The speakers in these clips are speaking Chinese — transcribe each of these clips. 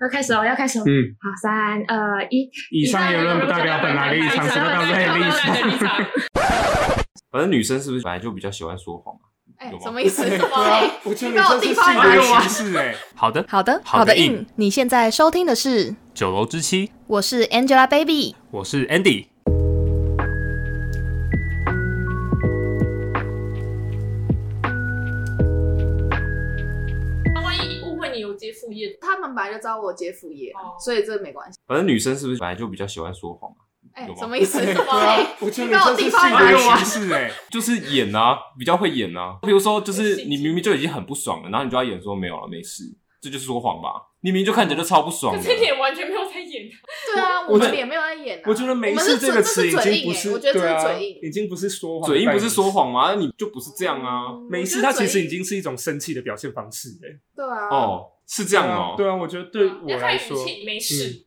要开始哦，要开始哦。嗯，好，三二一，以上言论不代表本台立场，什么叫本立 场？立场？反正女生是不是本来就比较喜欢说谎啊？哎有，吗什么意思？什对么？ 啊我觉得你把我这是地方啊性别拿起来歧 视哎。好的，好的，好的硬硬。你现在收听的是，九楼之妻，我是 Angelababy。我是 Andy。他啊万一误会你有接副业，他们本来就知道我接副业哦，所以这没关系。反正女生是不是本来就比较喜欢说谎啊？哎有，吗什么意 思？对什啊么？我觉得你把我这是地方啊性拿别起来歧视哎。 就是演啊，比较会演啊。比如说，就是你明明就已经很不爽了，然后你就要演说没有了，没事，这就是说谎吧？你明明就看起来就超不爽可的。是你也完全没有在演啊。对啊，我我们我也没有在演啊。我觉得没我们事是这个嘴词已这是嘴经不硬欸是，我觉得对这啊是嘴硬。已经不是说谎，嘴硬不是说。谎吗？那你就不是这样啊。没事，我觉得它嘴其实已硬经是一种生气的表现方式哎。对啊。，哦，是这样哦。对啊，我觉得对我要看来语说气，没事，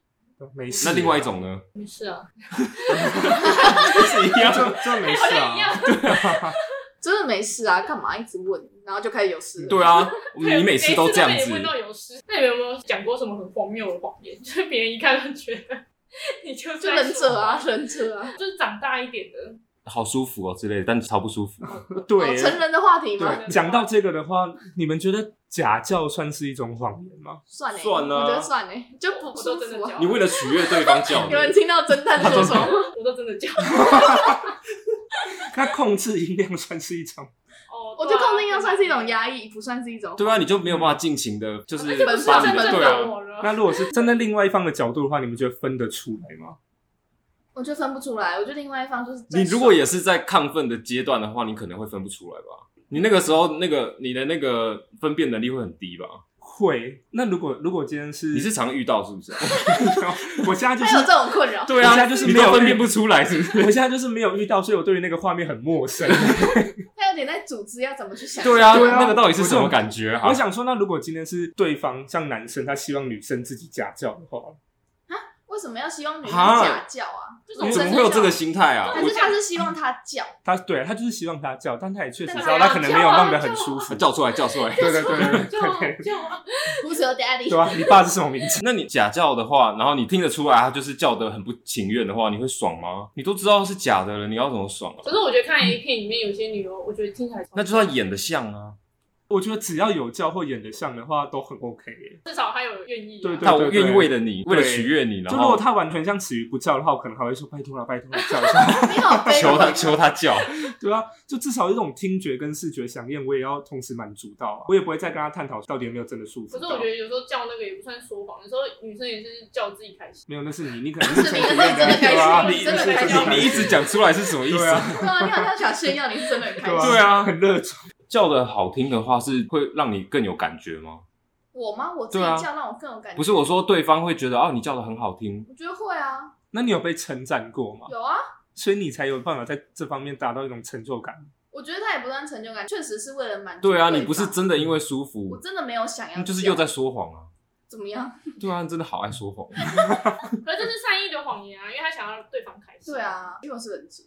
没事。那另外一种呢？没事啊，是一样， 这这没事一样啊。。真的没事啊，干嘛一直问？然后就开始有事。对，啊，你每次都这样每次子被。问到有事，那你们有没有讲过什么很荒谬的谎言？ 就是别人一看就觉得你就就在忍说者啊，，忍者啊。就是长大一点的，好舒服哦之类的，但超不舒服。哦对，成人的话题吗？对，讲到这个的话，你们觉得假叫算是一种谎言吗？算了，算啊我觉得算了，就不我舒都真的服叫啊。你为了取悦对方叫你 有，人听到侦探说什么？我都真的 叫。那控制音量算是一种，哦，我觉得控制量算是一种压抑，不算是一种。对啊，你就没有办法尽情的，就是对啊，而且不是把真你正对的啊，我了。那如果是站在另外一方的角度的话，你们觉得分得出来吗？我就分不出来，我觉得另外一方就是在你如果也是在亢奋的阶段的话，你可能会分不出来吧。你那个时候，那个你的那个分辨能力会很低吧？会。那如果如果今天是你是常遇到是不 是？ 我现在就他有是这种困扰，对啊你现在就是没有分辨不出来是不是？我现在就是没有遇 到，所以我对于那个画面很陌生。他有点在组织要怎么去想。对啊，对啊那个到底是什么感觉啊？我想说，那如果今天是对方像男生，他希望女生自己家教的话，为什么要希望女生啊假叫啊？这你种怎么真会有这个心态啊？还我是他是希望他叫，他对他就是希望他教，但他也确实但知他要道他可能没有弄得很舒服。啊叫出来，叫出来。对对对对 就对对，就啊不是有 daddy，对啊，你爸是什么名字？那你假叫的话，然后你听得出来他就是叫的很不情愿的话，你会爽吗？你都知道是假的了，你要怎么爽啊可？是我觉得看 A 片里面有些女哦优，我觉得听起来超那就要演的像啊。我觉得只要有教或演得像的话，都很 OK 耶。至少她有愿意啊。对对那我愿意为了你，对为了取悦你，然就如果后他完全像死鱼不叫的话，我可能还会说拜托了，拜托了，叫一下。 没有被求他求他叫，对啊，就至少有一种听觉跟视觉响应，我也要同时满足到啊。我也不会再跟他探讨到底有没有真的舒服可到。是我觉得有时候叫那个也不算说谎，有时候女生也是叫自己开心。没有，那是你，你可能是你前几那是天真的开对啊，心你真的是开真心的你开一直讲出来是什么意思对？啊对啊，你好像想炫耀你是真的很开对心。对啊，很热衷。叫的好听的话是会让你更有感觉吗？我吗？我自己对啊叫让我更有感觉。不是，我，说对方会觉得哦，你叫的很好听，我觉得会啊，那你有被称赞过吗？有啊。所以你才有办法在这方面达到一种成就感。我觉得他也不算成就感，确实是为了满足。对啊，方你不是真的因为舒我服，真的没有想要叫，那就是又在说谎啊。怎么样？对啊，你真的好爱说谎。可是这是善意的谎言啊，因为她想要让对方开心。对，啊，因为我是忍者，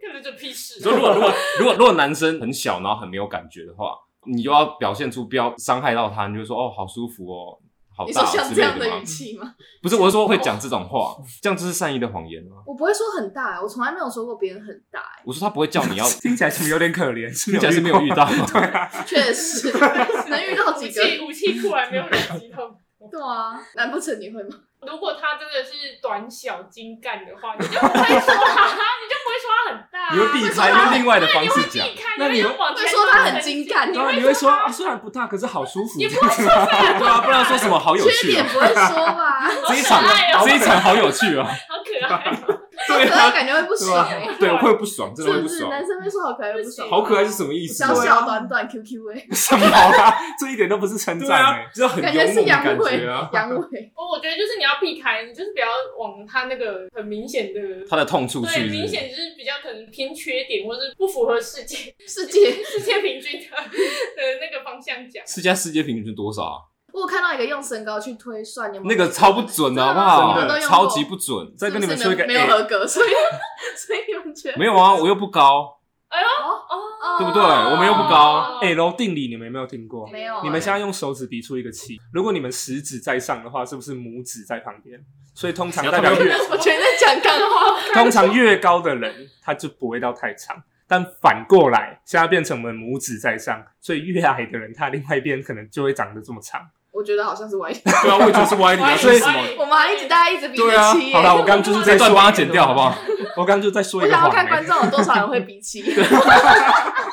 根本就屁事你。说如果如果如果如果男生很小，然后很没有感觉的话，你就要表现出不要伤害到他，你就说哦，好舒服哦，好你大说哦像之这类样的的吗语？气吗？不是，我是说会讲这种话，这样就是善意的谎言啊。我不会说很大，我从来没有说过别人很大，欸我说他不会叫你 要，听起来是不是有点可怜？听起来是没有遇到。到。确实 能遇到武几个。器武器库还没有人击透。对啊，难不成你会吗？如果他真的是短小精干的话，你就不会说他，你就不会说他很大、啊。你会避开用另外的方式讲避，开，那你会往前会说他很精干你然后会 你会说，啊虽然不大，可是好 舒服。你不会说他对啊，不然说什么好有 缺趣点啊，不会说吧？这一场好可爱哦这一场好有趣啊，好可爱哦、 对可爱啊，感觉会不爽哎、对，我会不爽，真的是会不不是？爽。男生被说好可爱会不爽，好可哦爱是什么意思？小小短短 QQ 哎、 什么啦？这一点都不是称对赞啊欸，，这很感幽觉是默的阳感痿觉啊，。阳痿。我我觉得就是你要避开，你就是不要往他那个很明显的。他的痛处去对，是不明是，显就是比较可能偏缺点，或是不符合世界 世界，世界平均的的那个方向讲。世界世界平均多少啊？我有看到一个用身高去推算有没那有？个超不准的好不好？真的超级不准。再跟你们是不说哎是一个 没有 A，合格，所以所以你们觉得啊没有啊，我又不高，哎呦，哦，哦哦对不对啊我们又不高哎， L 欸定理你们有没有听过？没有哎你们现在用手指比出一个七，如果你们食指在上的话，是不是拇指在旁边？所以通常代表越 我全在讲干话， 通常越高的人，他就不会到太长。但反过来，现在变成我们拇指在上，所以越矮的人，他另外一边可能就会长得这么长。我觉得好像 是歪。对啊，我也觉得是歪理啊，歪理所以歪理我们还一直大家一直比对啊七耶，好啦，我刚刚就是在这段说帮他剪掉好不好？我刚刚就在说我一个想要谎、看观欸。众有多少人会 比七，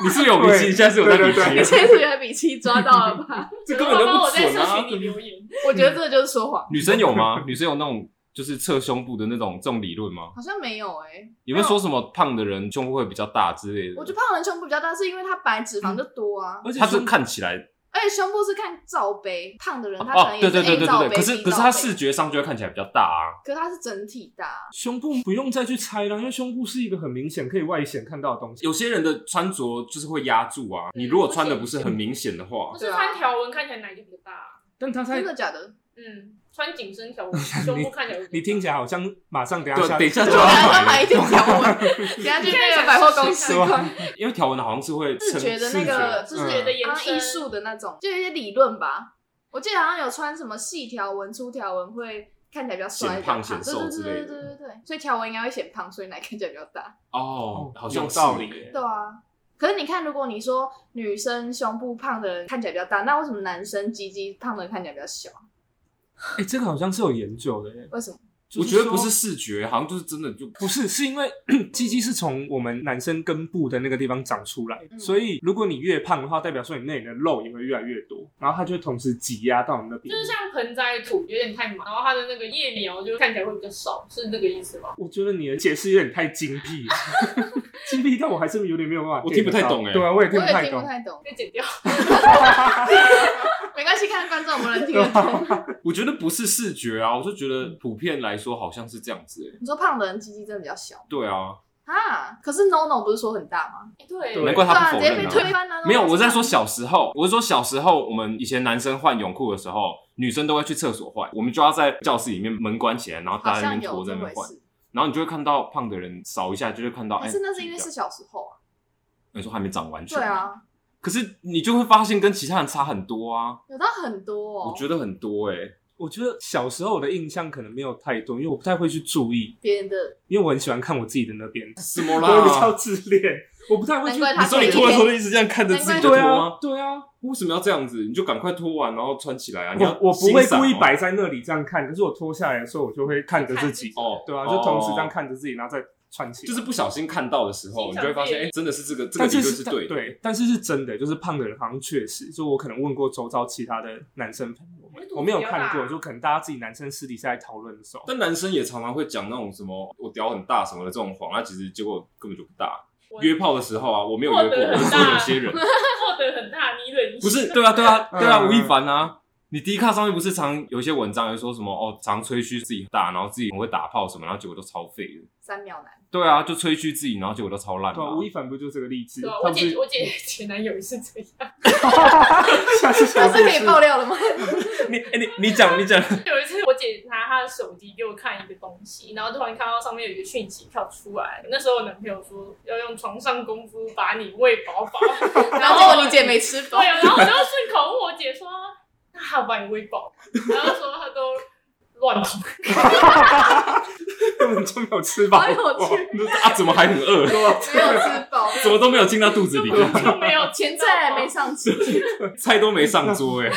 你是不是有鼻对息，现在是有在鼻对对息对你，现在是有比七抓到了吧？这根本就不我在准社啊群！里留言，我觉得这就是说谎，女生有吗？女生有那种就是测胸部的那种这种理论吗？好像没有哎、有没有说什么胖的人胸部会比较大之类的？我觉得胖人胸部比较大，是因为他本来脂肪就多啊，而且他是胸看起来而且胸部是看罩杯，胖的人他可哦能，也对对是对 A 对罩对对，可杯 B 是可是罩他杯视觉上就会看起来比较大啊。可是它是整体大啊，胸部不用再去猜了，因为胸部是一个很明显可以外显看到的东西。有些人的穿着就是会压住啊，嗯你如果穿的不是很明显的话或，是穿条纹看起来奶就比较大。但他在真的假的？嗯，穿紧身 条纹，胸部看起来你听起来来好像马上等一对，下等一下，下就我要等下再买买一了，条条纹，等下去那个百货公司是吧逛。因为条纹好像是会视觉的撑那个视就觉是视觉的延好像伸艺术的那种，就有一些理论吧。我记得好像有穿什么细条纹、粗条纹会看起来比较帅，显比较胖胖，显对瘦对之对类的对对对对，所以条纹应该会显胖，所以奶看起来比较大。哦，好像有是道理耶。对啊，可是你看，如果你说女生胸部胖的人看起来比较大，那为什么男生鸡鸡胖的人看起来比较小啊？哎、这个好像是有研究的耶。为什么？我觉得不就是说视觉，好像就是真的就不是，是因为 鸡鸡是从我们男生根部的那个地方长出来，嗯所以如果你越胖的话，代表说你那里的肉也会越来越多，然后它就会同时挤压到你那边。就是像盆栽土有点太满，然后它的那个叶苗就看起来会比较少，是这个意思吗？我觉得你的解释有点太精辟了， 精辟到我还是有点没有办法 get 到，我听不太懂欸耶对啊，我也我听不也太听不懂。太懂，被 剪掉。没关系，看观众有没有 人听得懂。我觉得不是视觉啊，我就觉得普遍来说好像是这样子、欸。你说胖的人鸡鸡真的比较小对啊，啊？可是 NONO 不是说很大吗？哎对，对难怪对啊，他不直否接被认推啊。翻了。没有，我在说小时候，我是说小时候，我们以前男生换泳裤的时候，女生都会去厕所换，我们就要在教室里面门关起来，然后好啊大家在那像边有拖这在那回边换，事，然后你就会看到胖的人扫一下，就会看到，哎，还是那是因为这是样小时候啊？你说还没长完全，对，啊，可是你就会发现跟其他人差很多啊，有到很多哦。我觉得很多哎、我觉得小时候我的印象可能没有太多，因为我不太会去注意，别人的因为我很喜欢看我自己的那边，什么我比较啦？自恋，我不太会去。难怪 他你说你脱了之后就一直这样看着自己的对脱啊吗？，对啊，为什么要这样子？你就赶快脱完，然后穿起来啊！你要我我不会欣赏故意哦摆在那里这样看，可是我脱下来的时候，我就会看着自己，哦，对啊，就同时这样哦看着自己，然后再穿起来，就是不小心看到的时候，欣赏你就会发现，哎、自己真的是这个这个但理是论是对的。对，但是是真的，就是胖的人好像确实，就我可能问过周遭其他的男生朋友们肚，子我没有比较大看过，就可能大家自己男生私底下在讨论的时候，但男生也常常会讲那种什么我屌很大什么的这种谎，那其实结果根本就不大。我约炮的时候啊，我没有我约过，我是说有些人获得很大，你忍一下不是，对啊，对啊，对啊，嗯吴亦凡啊，你迪卡上面不是常有一些文章也说什么哦，常吹嘘自己大，然后自己很会打炮什么，然后结果都超废的。三秒男，对啊，就吹嘘自己，然后结果都超烂的对啊、啊，吴亦凡不就是这个例子？对啊，我他不姐是我姐前男友也是这样。 下次小这故是可以事，爆 料的吗？你哎你你讲你讲， 有一次，我姐拿她的手机给我看一个东西，然后突然看到上面有一个讯息跳出来。那时候我男朋友说要用床上功夫把你喂饱 饱，然后你姐没吃对， 啊饱，然后我就顺口问我姐说：“那她有把你喂饱？”然后她说她都乱捅，根本就没有 吃饱，啊好有趣啊怎么还很饿？没有吃饱，怎么都没有进到肚子里，就没有前菜还没上齐。菜都没上桌哎、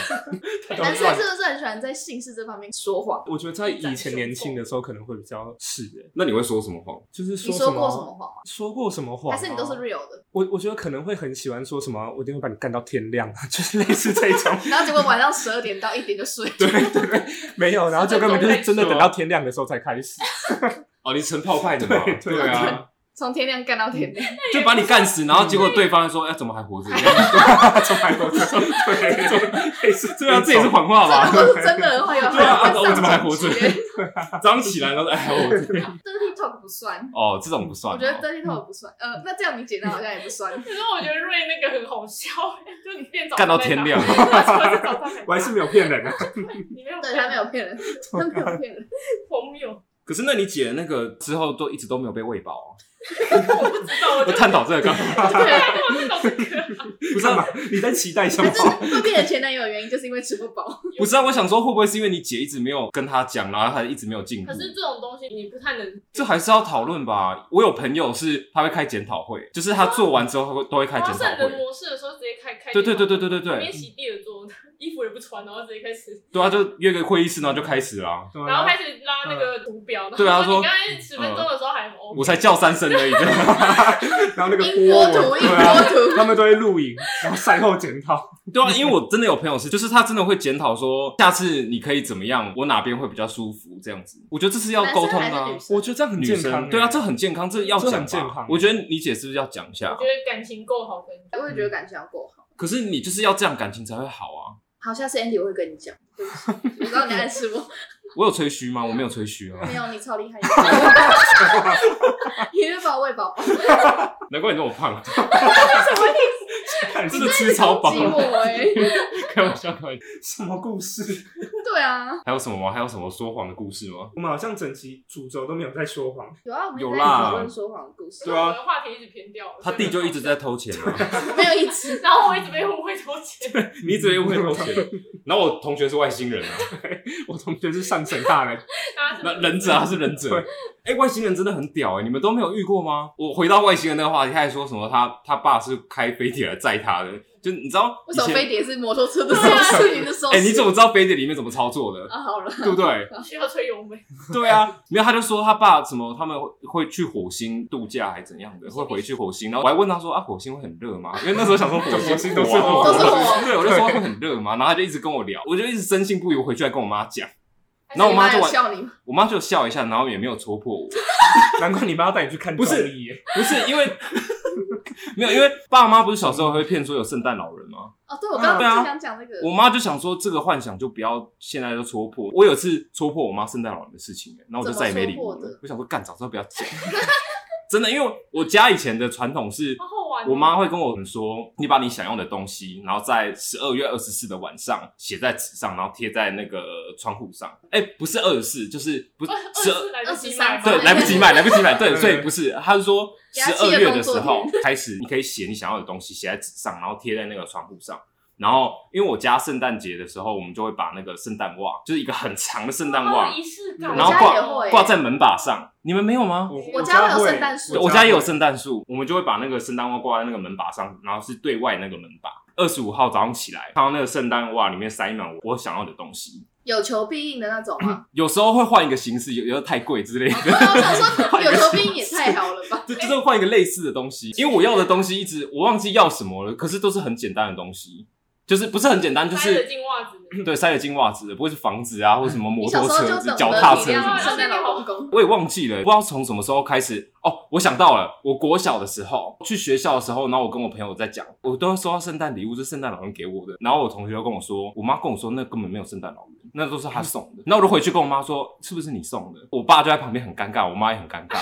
男生是不是很喜欢在性事这方面说谎？我觉得在以前年轻的时候可能会比较是欸，那你会说什么谎？就是你什说过什么么谎吗？说过什么谎吗，还是你都是 real 的？我我觉得可能会很喜欢说什么，我一定会把你干到天亮，啊 就是类似这种。然后结果晚上十二点到一点就睡，对对对，没有，然后就根本就是真的等到天亮的时候才开始。 哦，你成泡派的嘛？对对啊，从天亮干到天亮，就把你干死，然后结果对方说：“哎，怎么还活着？”从来都是 对，类似对啊，这也是谎话 这吧？如果是真的的话，有对啊，啊会我上怎么还活九着级耶。？早上起来然后哎，还活着。 dirty talk 不算，哦，这种不算我哦。觉得 dirty talk 不算。呃，那这样你姐那好像也不算。可是我觉得瑞那个很好笑，就变早干上到在天打亮，我是早上 才我还是没有骗人啊。打你没有对他没有骗人，他没有骗人。朋友，可是那你姐那个之后都一直都没有被喂饱哦，我不知道，我 我就探讨这个干嘛？我不懂这个。不是嘛？你在期待什么但？是会变成前男友的原因，就是因为吃不饱。不是啊，我想说会不会是因为你姐一直没有跟他讲，然后他一直没有进步可？是这种东西你不 太能，这还是要讨论吧。我有朋友是他会开检讨会，就是他做完之后会都会开检华盛讨顿会。模式的时候直接开开。对对对对对对对边洗地而坐，衣服也不穿，然后直接开始，对啊，就约个会议室，然后就开始啦。对啊然后开始拉那个图表。嗯对啊然后说说嗯你刚才十分钟的时候还 OK，我才叫三声而已，真的然后那个英国波图，纹英对啊国图，他们都会录影，然后赛后检讨。对啊，因为我真的有朋友是，就是他真的会检讨说，下次你可以怎么样，我哪边会比较舒服这样子。我觉得这是要沟通的、啊男生还是女。生我觉得这样很女健康欸，生对啊，这很健康，这要这讲很健吧康。我觉得你姐是不是要讲一下我？觉得感情够好跟。 我也觉得感情要够好。可是你就是要这样，感情才会好啊。好，下次 Andy 我会跟你讲，对不起，我知道你暗示我，我有吹嘘吗？我没有吹嘘啊，没有你超厉害，你是把我喂饱，难怪你那么 胖，看真是的吃超饱激。我哎，开玩笑，开玩笑。什么故事？对啊，还有什么吗？还有什么说谎的故事吗？我们好像整集主轴都没有在说谎，有啊，我们一直有在啦讨论说谎的故事，对啊我的话题一直偏掉。他弟就一直在偷钱啊，没有一直， 然后我一直被误会偷 钱， 你怎么会偷钱？然后我同学是外星人啊，我同学是上神大人，然后 那忍者啊他是忍者对。哎、外星人真的很屌哎、你们都没有遇过吗？我回到外星人那个话题，他还说什么他他爸是开飞碟来载他的，就你知道为以什么前飞碟是摩托车的手势，你的手哎、你势怎么知道飞碟里面怎么操作的？啊？好了，对不对？需要吹油 门，对啊，没有他就说他爸什么他们会会去火星度假还怎样的，会回去火星，然后我还问他说啊火星会很热吗？因为那时候想说火火 星星都是火火啊，都是火对，我就说会很热吗？然后他就一直跟我聊，我就一直深信不疑，我回去还跟我妈讲，还是然后我妈你就有玩笑你吗？我妈就笑一下，然后也没有戳破我。难怪你妈要带你去看不是综艺耶 不是因为没有，因为爸妈不是小时候会骗说有圣诞老人吗？哦，对，我刚对啊刚就想讲这个，我妈就想说这个幻想就不要现在就戳破。我有一次戳破我妈圣诞老人的事情，然后我就再也没理我怎么戳破的了。我想说干，早知道不要讲。 真的，因为我家以前的传统是好。好玩哦。我妈会跟我们说，你把你想要的东西，然后在十二月二十四的晚上写在纸上，然后贴在那个窗户上。哎、不是二十四，就是不是二十十来不及买23 吗，对，来不及买，来不及买，对，对所以不是，他是说给十他二七月个的时工作候开始，你可以写你想要的东西，写在纸上，然后贴在那个窗户上。然后，因为我家圣诞节的时候，我们就会把那个圣诞袜，就是一个很长的圣诞好袜哦有仪式感。然后我家也会挂在门把上。你们没有吗？我家会有圣诞树我家也有圣诞树，我们就会把那个圣诞袜挂在那个门把上，然后是对外那个门把。二十五号早上起来，看到那个圣诞袜里面塞满我想要的东西，有求必应的那种 吗？有时候会换一个形式，有有的太贵之类的。对啊，我想说有求必应也太好了吧？就就是换一个类似的东西，因为我要的东西一直我忘记要什么了，可是都是很简单的东西，就是不是很简单，就塞得是进袜子，对塞了金袜子的，不会是房子啊，或者什么嗯 你摩小托时候车就子、懂脚踏得车体什么谅啊的。圣诞老公公，我也忘记了，不知道从什么时候开始哦，我想到了，我国小的时候去学校的时候，然后我跟我朋友在讲，我都收到圣诞礼物，是圣诞老人给我的，然后我同学就跟我说，我妈跟我说那根本没有圣诞老人，那都是他送的，那我就回去跟我妈说是不是你送的，我爸就在旁边很尴尬，我妈也很尴尬，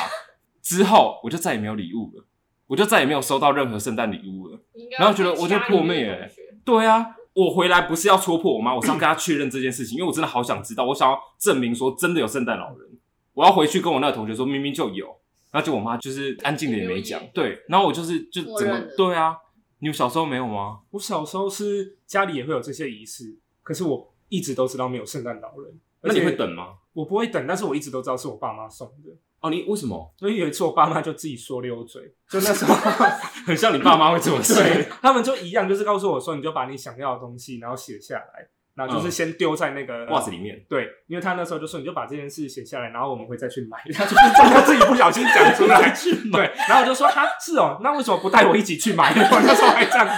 之后我就再也没有礼物了，我就再也没有收到任何圣诞礼物了。你应该然后觉得我就破欸灭要去掐你的了同学对啊，我回来不是要戳破我妈，我是要跟她确认这件事情，因为我真的好想知道，我想要证明说真的有圣诞老人。我要回去跟我那个同学说，明明就有，然后就我妈就是安静的也没讲没有意，对，然后我就是就默整认个了对啊，你们小时候没有吗？我小时候是家里也会有这些仪式，可是我一直都知道没有圣诞老人。那你而且会？等吗？我不会等，但是我一直都知道是我爸妈送的。哦，你为什么所以有一次我爸妈就自己说溜嘴，就 那时候很像你爸妈会做的对事？他们就一样，就是告诉我说，你就把你想要的东西，然后写下来，然嗯后就是先丢在那个袜子里。面，对，因为他那时候就说，你就把这件事写下来，然后我们会再去买。 他就是他自己不小心讲出 来，对，然后我就说啊，是哦，那为什么不带我一起去买？ 我那时候还这样讲。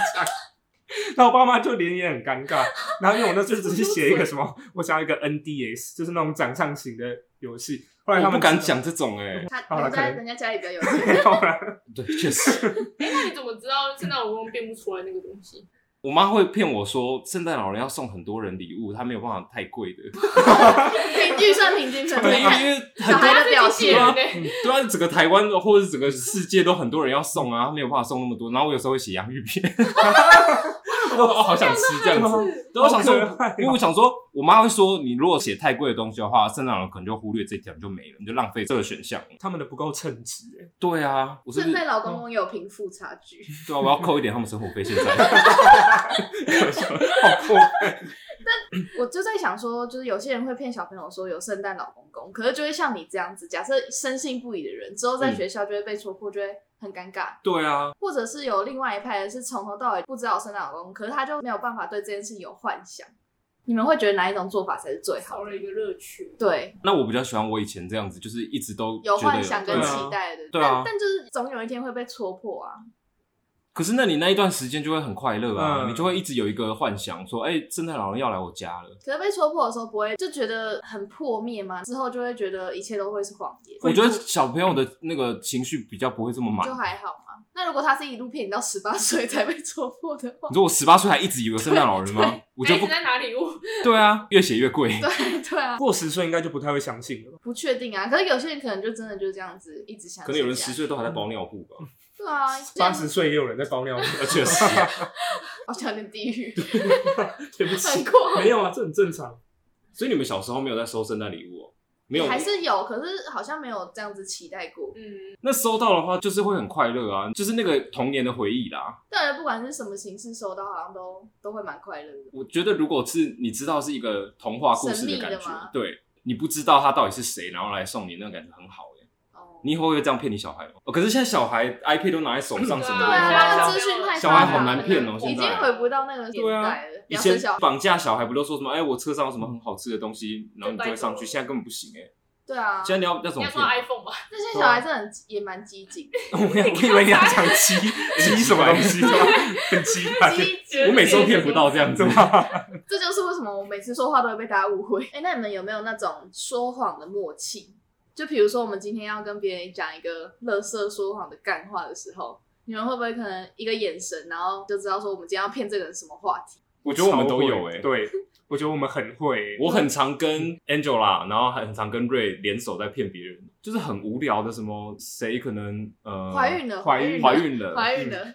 那我爸妈就脸也很尴尬，然后因为我那时候只是写一个什么，我想要一个 NDS，就是那种掌上型的游戏。后来他我们不敢，讲这种哎，他好了人家可能人家家里比较有钱，后来对，确实，哎，那你怎么知道圣诞老公公变不出来那个东西？我妈会骗我说圣诞老人要送很多人礼物，她没有办法太贵的，平均算平均算，对，因你为看因为很多小孩的表对现，啊对啊，对啊，整个台湾或者是整个世界都很多人要送啊，没有办法送那么多。然后我有时候会写洋芋片，哦，好想吃这样子。是对，我啊想说好可爱哦，因为我想说，我妈会说，你如果写太贵的东西的话，圣诞老人可能就忽略这一条，你就没了，你就浪费这个选项了。他们的不够称职、欸，对啊，我是不圣是诞老公公也有贫富差距，对啊？我要扣一点他们生活费。现在我就在想说，就是有些人会骗小朋友说有圣诞老公公，可是就会像你这样子，假设深信不疑的人，之后在嗯学校就会被戳破，就会很尴尬。对啊，或者是有另外一派人是从头到尾不知道有圣诞老公公，可是他就没有办法对这件事有幻想。你们会觉得哪一种做法才是最好少的？了一个乐趣。对， 那我比较喜欢我以前这样子，就是一直都有觉得幻想跟对啊期待的，对啊但但就是总有一天会被戳破啊。可是那你那一段时间就会很快乐啊，嗯你就会一直有一个幻想，说，哎、圣诞老人要来我家了。可是被戳破的时候，不会就觉得很破灭吗？之后就会觉得一切都会是谎言，我觉得小朋友的那个情绪比较不会这么满就。还好嘛。那如果他是一路骗你到十八岁才被戳破的话你，说我十八岁还一直以为有圣诞老人 吗？ 我就哎，不你在拿礼物？对啊，越写越贵。对 对啊，过十岁应该就不太会相信了吧。不确定啊。可是有些人可能就真的就这样子一直想，可能有人十，岁都还在包尿布吧？对啊，八十岁也有人在包尿布，确实，好像有点地狱，对不很起，过。没有啊，这很正常。所以你们小时候没有在收圣诞礼物、哦， 没有还是有，可是好像没有这样子期待过。嗯，那收到的话，就是会很快乐啊，就是那个童年的回忆啦。但不管是什么形式收到，好像都都会蛮快乐的。我觉得如果是你知道是一个童话故事感神秘的吗觉，对你不知道他到底是谁，然后来送你，那个感觉很好耶。哦，你以后会这样骗你小孩吗？哦，可是现在小孩 iPad 都拿在手上，什么对啊，对啊他的小资讯太小发孩达好难了骗哦已现经在回不到那个年对啊代了。以不要生前小孩绑架小孩不都说什么？哎，我车上有什么很好吃的东西，然后你就会上去。就带走现在根本不行哎，对啊，现在你要要怎么你要骗说？iPhone 吧，那些小孩真的很也蛮激进的，我 以为你要讲鸡鸡什么东西，很鸡排。激啊我每次都骗不到这样子真。的吗？这就是为什么我每次说话都会被大家误会。哎、那你们有没有那种说谎的默契？就比如说我们今天要跟别人讲一个乐色说谎的干话的时候，你们会不会可能一个眼神，然后就知道说我们今天要骗这个人什么话题？我觉得我们都有哎哎，，对，我 觉得我们很会欸。我很常跟 Angela，然后很常跟 Ray 联手在骗别人，就是很无聊的什么谁可能呃怀孕了怀怀怀孕孕了，怀嗯孕了，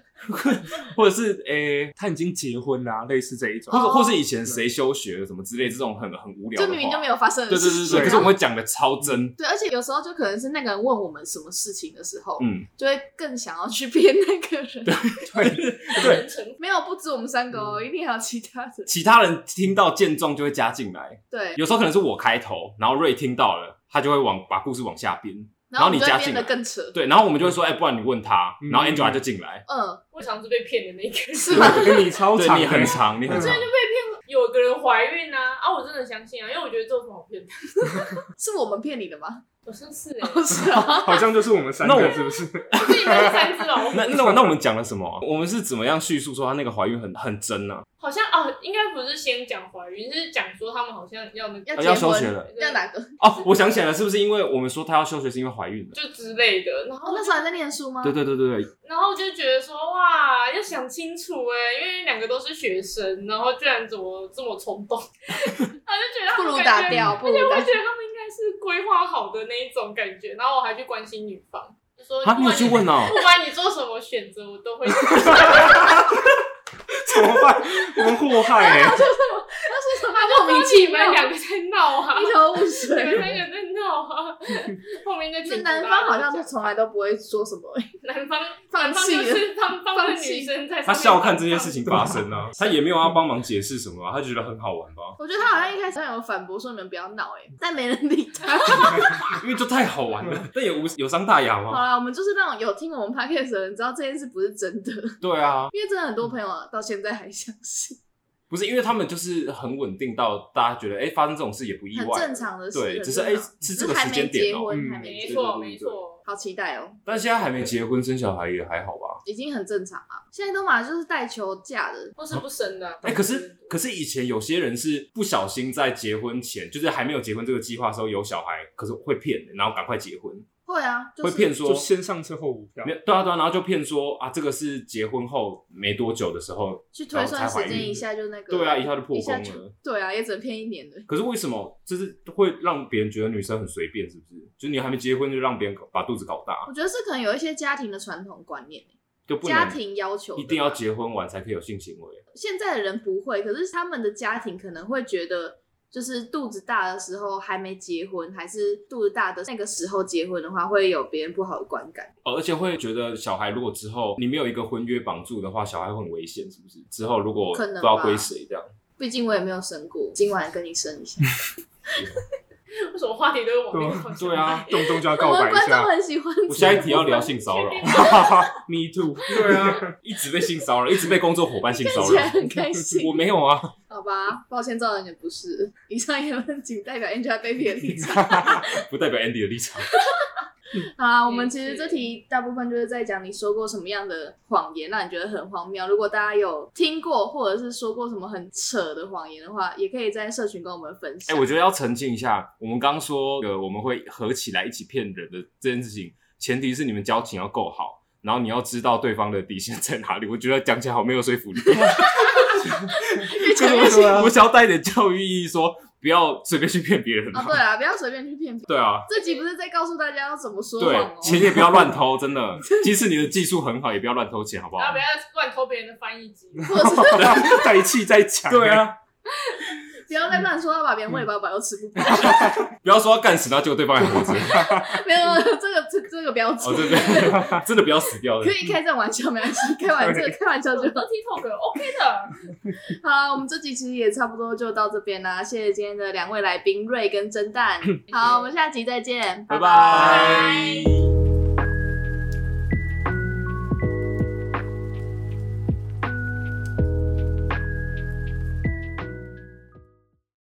或者是诶，他已经结婚啦，类似这一种或。者哦或是以前谁休学了什么之类这种很很无聊就的话，明明就没有发生的对对事对情。对，啊对可是我们会讲的超真，对，而且有时候就可能是那个人问我们什么事情的时候，嗯，就会更想要去骗那个人。对，成没有不止我们三个哦，一定还有其他的。其他人听到见状就会加进来，对，有时候可能是我开头，然后 Ray 听到了，他就会往把故事往下编，然后我们你就会加变进得来，更扯。对，然后我们就会说，哎，不然你问他，嗯然后 Angela 就进来，嗯，我常是被骗的那个人。 是吗？ 你超对长欸的，你很长，你很长，有个人怀孕啊，啊，我真的相信啊，因为我觉得这有什么好骗的，是我们骗你的吗？好像是 哎、不是啊，好像就是我们三那我个，是不 是？我自己那三只老虎， 那那我那我们讲了什么？我们是怎么样叙述说她那个怀孕很很真啊呢、好像哦，应该不是先讲怀孕，是讲说他们好像要那个要啊？结要婚休学了要哪个？哦，我想起来了，是不是因为我们说她要休学是因为怀孕了？就之类的，然我哦后哦那时候还在念啊书吗？对对对对对，然后就觉得说哇，要想清楚哎、因为两个都是学生，然后居然怎么这么冲 动，我 就觉得他不们如感觉打掉，不如而且我打觉得他们应该是规划好的那一种感觉，然后我还去关心女方，就说啊，你有不管去问 哦、不管你做什么选择，我 都会。怎么办？我们祸 害欸哎。那是什么他莫名说你其们妙，两个在 闹啊，一头雾你 们水。三个在闹啊，后面那这群男方好像就从来都不会说什么，欸男方放男方弃了 就是他方的放弃女生在，她笑看这件事。情发生啊，她也没有要帮忙解释什么、啊，她觉得很好玩吧，我觉得他好像一开始有反驳说你们不要闹，哎，但没人理他。因为就太好玩嗯了，但也无有伤大雅嘛。好啦，我们就是那种有听我们 podcast 的人知道这件事不是真的，嗯对啊，因为真的很多朋友啊到现在还相信，不是因为他们就是很稳定到大家觉得，哎、发生这种事也不意很外正，常的事。对，很只是正哎、常是只这个还时没间结点哦、婚，嗯还没没结，错没错，好期待哦。但现在还没结婚生小孩也还好吧。已经很正常了。现在都嘛就是带球架的，都是不生的啊。哎、可是可是以前有些人是不小心在结婚前，就是还没有结婚这个计划的时候有小孩，可是会骗的，然后赶快结婚，会啊，就是会骗就说先上车后补票没，有对啊对啊，然后就骗说啊，这个是结婚后没多久的时候，去推算时间一下就那个，对啊，一下就破一下功就了。对啊，也只能骗一年的。可是为什么就是会让别人觉得女生很随便，是不是？就是你还没结婚就让别人搞把肚子搞大，我觉得是可能有一些家庭的传统观念欸、就不家能庭要求的一定要吧结婚完才可以有性行为。现在的人不会，可是他们的家庭可能会觉得，就是肚子大的时候还没结婚，还是肚子大的那个时候结婚的话，会有别人不好的观感。哦，而且会觉得小孩如果之后你没有一个婚约绑住的话，小孩会很危险，是不是？之后如果不可能知道吧归谁这样，毕竟我也没有生过，今晚跟你生 一下。为什么话题都会往那个方向？对啊，动不动就要告我白们一观众下。很喜欢。我下一题要聊性骚扰， Me too。对啊，一直被性骚扰，一直被工作伙伴性骚 看起来扰，很开心我没有啊，好吧，抱歉，赵人也不是。以上言论仅代表 Angelababy 的立场。不代表 Andy 的立场。好啊，我们其实这题大部分就是在讲你说过什么样的谎言，让你觉得很荒谬。如果大家有听过或者是说过什么很扯的谎言的话，也可以在社群跟我们分哎、享。我觉得要澄清一下，我们刚刚说呃我们会合起来一起骗人的这件事情，前提是你们交情要够好，然后你要知道对方的底线在哪里。我觉得讲起来好没有说服 力。越讲越对啊我想要带一点教育意义说不要随便去骗别人、啊，对啊，不要随便去骗别人。对啊，这集不是在告诉大家要怎么说谎对哦，。钱也不要乱偷，真 的。即使你的技术很好，也不要乱偷钱，好不好啊然后？不要乱偷别人的翻译 机。或者是 在气在抢。对，啊，不要再乱说，要把别人喂饱饱又吃不饱，不要说要干死，然后结果对方还活着。 没有没有这个这这个不要哦，做，对对，真的不要死掉 可的。以开这种玩笑没关系，开玩笑开玩笑就很多 TikTok OK 的，好啦，我们这集其实也差不多就到这边啦，谢谢今天的两位来宾瑞跟蒸蛋。好，我们下集再见，拜拜拜。